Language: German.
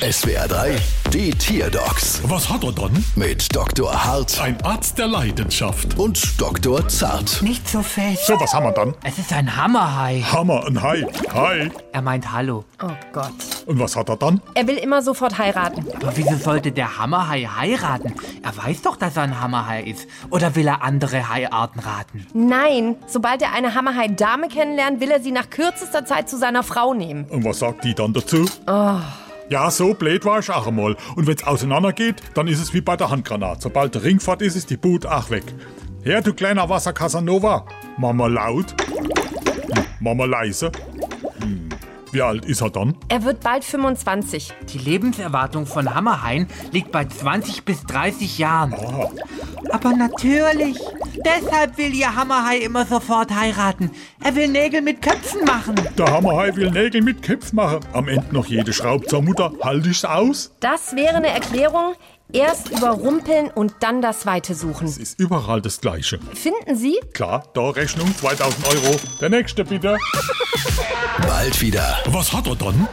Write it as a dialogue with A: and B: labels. A: SWR 3, die Tierdocs
B: Was hat er dann?
A: mit Dr. Hart
B: Ein Arzt der Leidenschaft.
A: und Dr. Zart.
C: Nicht so fest.
B: So, was haben wir dann?
C: Es ist ein Hammerhai.
B: Hammer, ein Hai. Hai.
C: Er meint Hallo.
D: Oh Gott.
B: Und was hat er dann?
D: Er will immer sofort heiraten.
C: Aber wieso sollte der Hammerhai heiraten? Er weiß doch, dass er ein Hammerhai ist. Oder will er andere Haiarten raten?
D: Nein, sobald er eine Hammerhai-Dame kennenlernt, will er sie nach kürzester Zeit zu seiner Frau nehmen.
B: Und was sagt die dann dazu? Ah. Ja, so blöd war ich auch einmal. Und wenn's auseinandergeht, dann ist es wie bei der Handgranate. Sobald der Ringfahrt ist, ist die Boot auch weg. Her, du kleiner Wasser Casanova. Mama laut. Mama leise. Hm. Wie alt ist er dann?
D: Er wird bald 25.
C: Die Lebenserwartung von Hammerhaien liegt bei 20 bis 30 Jahren. Aber natürlich. Deshalb will ihr Hammerhai immer sofort heiraten. Er will Nägel mit Köpfen machen.
B: Der Hammerhai will Nägel mit Köpf machen. Am Ende noch jede Schraube zur Mutter. Halt ich's aus?
D: Das wäre eine Erklärung. Erst überrumpeln und dann das Weite suchen.
B: Ist überall das Gleiche.
D: Finden Sie?
B: Klar, da Rechnung 2000 Euro. Der nächste bitte.
A: Bald wieder.
B: Was hat er dann?